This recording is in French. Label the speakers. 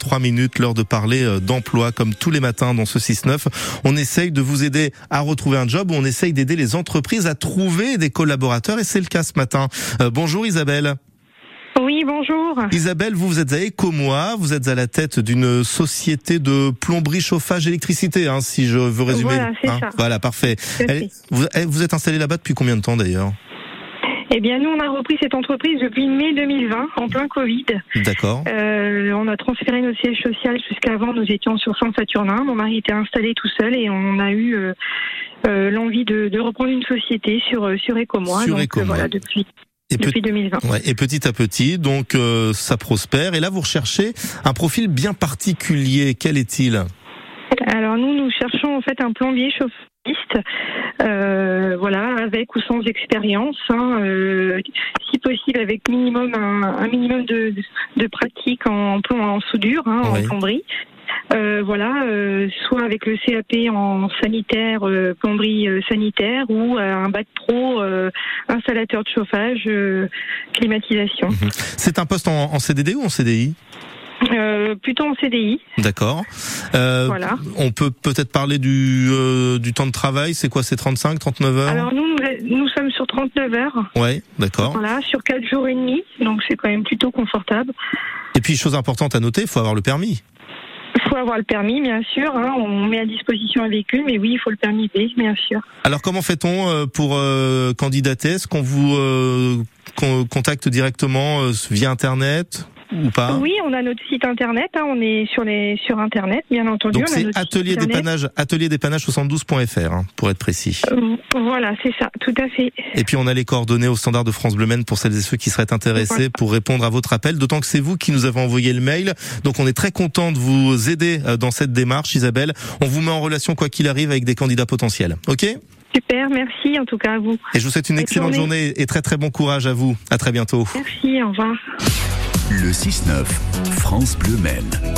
Speaker 1: 3 minutes, l'heure de parler euh, d'emploi comme tous les matins dans ce 6-9. On essaye de vous aider à retrouver un job, on essaye d'aider les entreprises à trouver des collaborateurs et c'est le cas ce matin. Euh, bonjour Isabelle.
Speaker 2: Oui, bonjour.
Speaker 1: Isabelle, vous, vous êtes à Ecomoa, vous êtes à la tête d'une société de plomberie, chauffage, électricité, hein, si je veux résumer.
Speaker 2: Voilà, c'est
Speaker 1: hein.
Speaker 2: ça.
Speaker 1: Voilà, parfait.
Speaker 2: C'est
Speaker 1: Elle-
Speaker 2: ça.
Speaker 1: vous, elle- vous êtes installée là-bas depuis combien de temps d'ailleurs
Speaker 2: Eh bien, nous, on a repris cette entreprise depuis mai 2020, en plein Covid.
Speaker 1: D'accord.
Speaker 2: Euh, on a transféré notre siège social jusqu'avant, nous étions sur Saint-Saturnin. Mon mari était installé tout seul et on a eu euh, euh, l'envie de, de reprendre une société sur, euh, sur Ecomois.
Speaker 1: Sur
Speaker 2: Donc, euh,
Speaker 1: Ecomois.
Speaker 2: voilà, depuis,
Speaker 1: Et, pe-
Speaker 2: depuis 2020.
Speaker 1: ouais, et petit à petit, donc euh, ça prospère. Et là, vous recherchez un profil bien particulier. Quel est-il
Speaker 2: Alors, nous, nous cherchons en fait un plombier chauffiste, euh, voilà, avec ou sans expérience, hein, euh, si possible avec minimum un, un minimum de, de pratique en, plom- en soudure, hein,
Speaker 1: Oui.
Speaker 2: en plomberie. Euh, voilà, euh, soit avec le CAP en sanitaire, euh, plomberie euh, sanitaire, ou euh, un bac pro, euh, installateur de chauffage, euh, climatisation.
Speaker 1: C'est un poste en, en CDD ou en CDI
Speaker 2: Euh, plutôt en CDI,
Speaker 1: D'accord. Mm. Euh,
Speaker 2: voilà.
Speaker 1: On peut peut-être parler du, euh, du temps de travail. C'est quoi C'est 35, 39 heures
Speaker 2: Alors nous, nous, nous sommes sur 39 heures.
Speaker 1: Ouais, d'accord.
Speaker 2: Voilà, sur 4 jours et demi, donc c'est quand même plutôt confortable.
Speaker 1: Et puis, chose importante à noter, il faut avoir le permis.
Speaker 2: Il faut avoir le permis, bien sûr, hein, on met à disposition un véhicule, mais oui, il faut le permis B, bien sûr.
Speaker 1: Alors, comment fait-on euh, pour euh, candidater Est-ce qu'on vous euh, con- contacte directement euh, via Internet ou pas
Speaker 2: Oui, on a notre site internet, hein, on est sur, les, sur internet, bien entendu.
Speaker 1: Donc
Speaker 2: on a
Speaker 1: c'est
Speaker 2: notre site
Speaker 1: atelier
Speaker 2: internet.
Speaker 1: dépannage atelier dépannage 72.fr hein, pour être précis.
Speaker 2: Euh, Voilà, c'est ça, tout à fait.
Speaker 1: Et puis on a les coordonnées au standard de France Bleu Maine pour celles et ceux qui seraient intéressés pour répondre à votre appel. D'autant que c'est vous qui nous avez envoyé le mail. Donc on est très content de vous aider euh, dans cette démarche, Isabelle. On vous met en relation quoi qu'il arrive avec des candidats potentiels. Ok Et
Speaker 2: Super, merci en tout cas à vous.
Speaker 1: je vous souhaite une
Speaker 2: Bonne
Speaker 1: excellente
Speaker 2: journée.
Speaker 1: journée et très très bon courage à vous. À très bientôt.
Speaker 2: Merci, au revoir.
Speaker 3: Le 6-9, France Bleu Maine.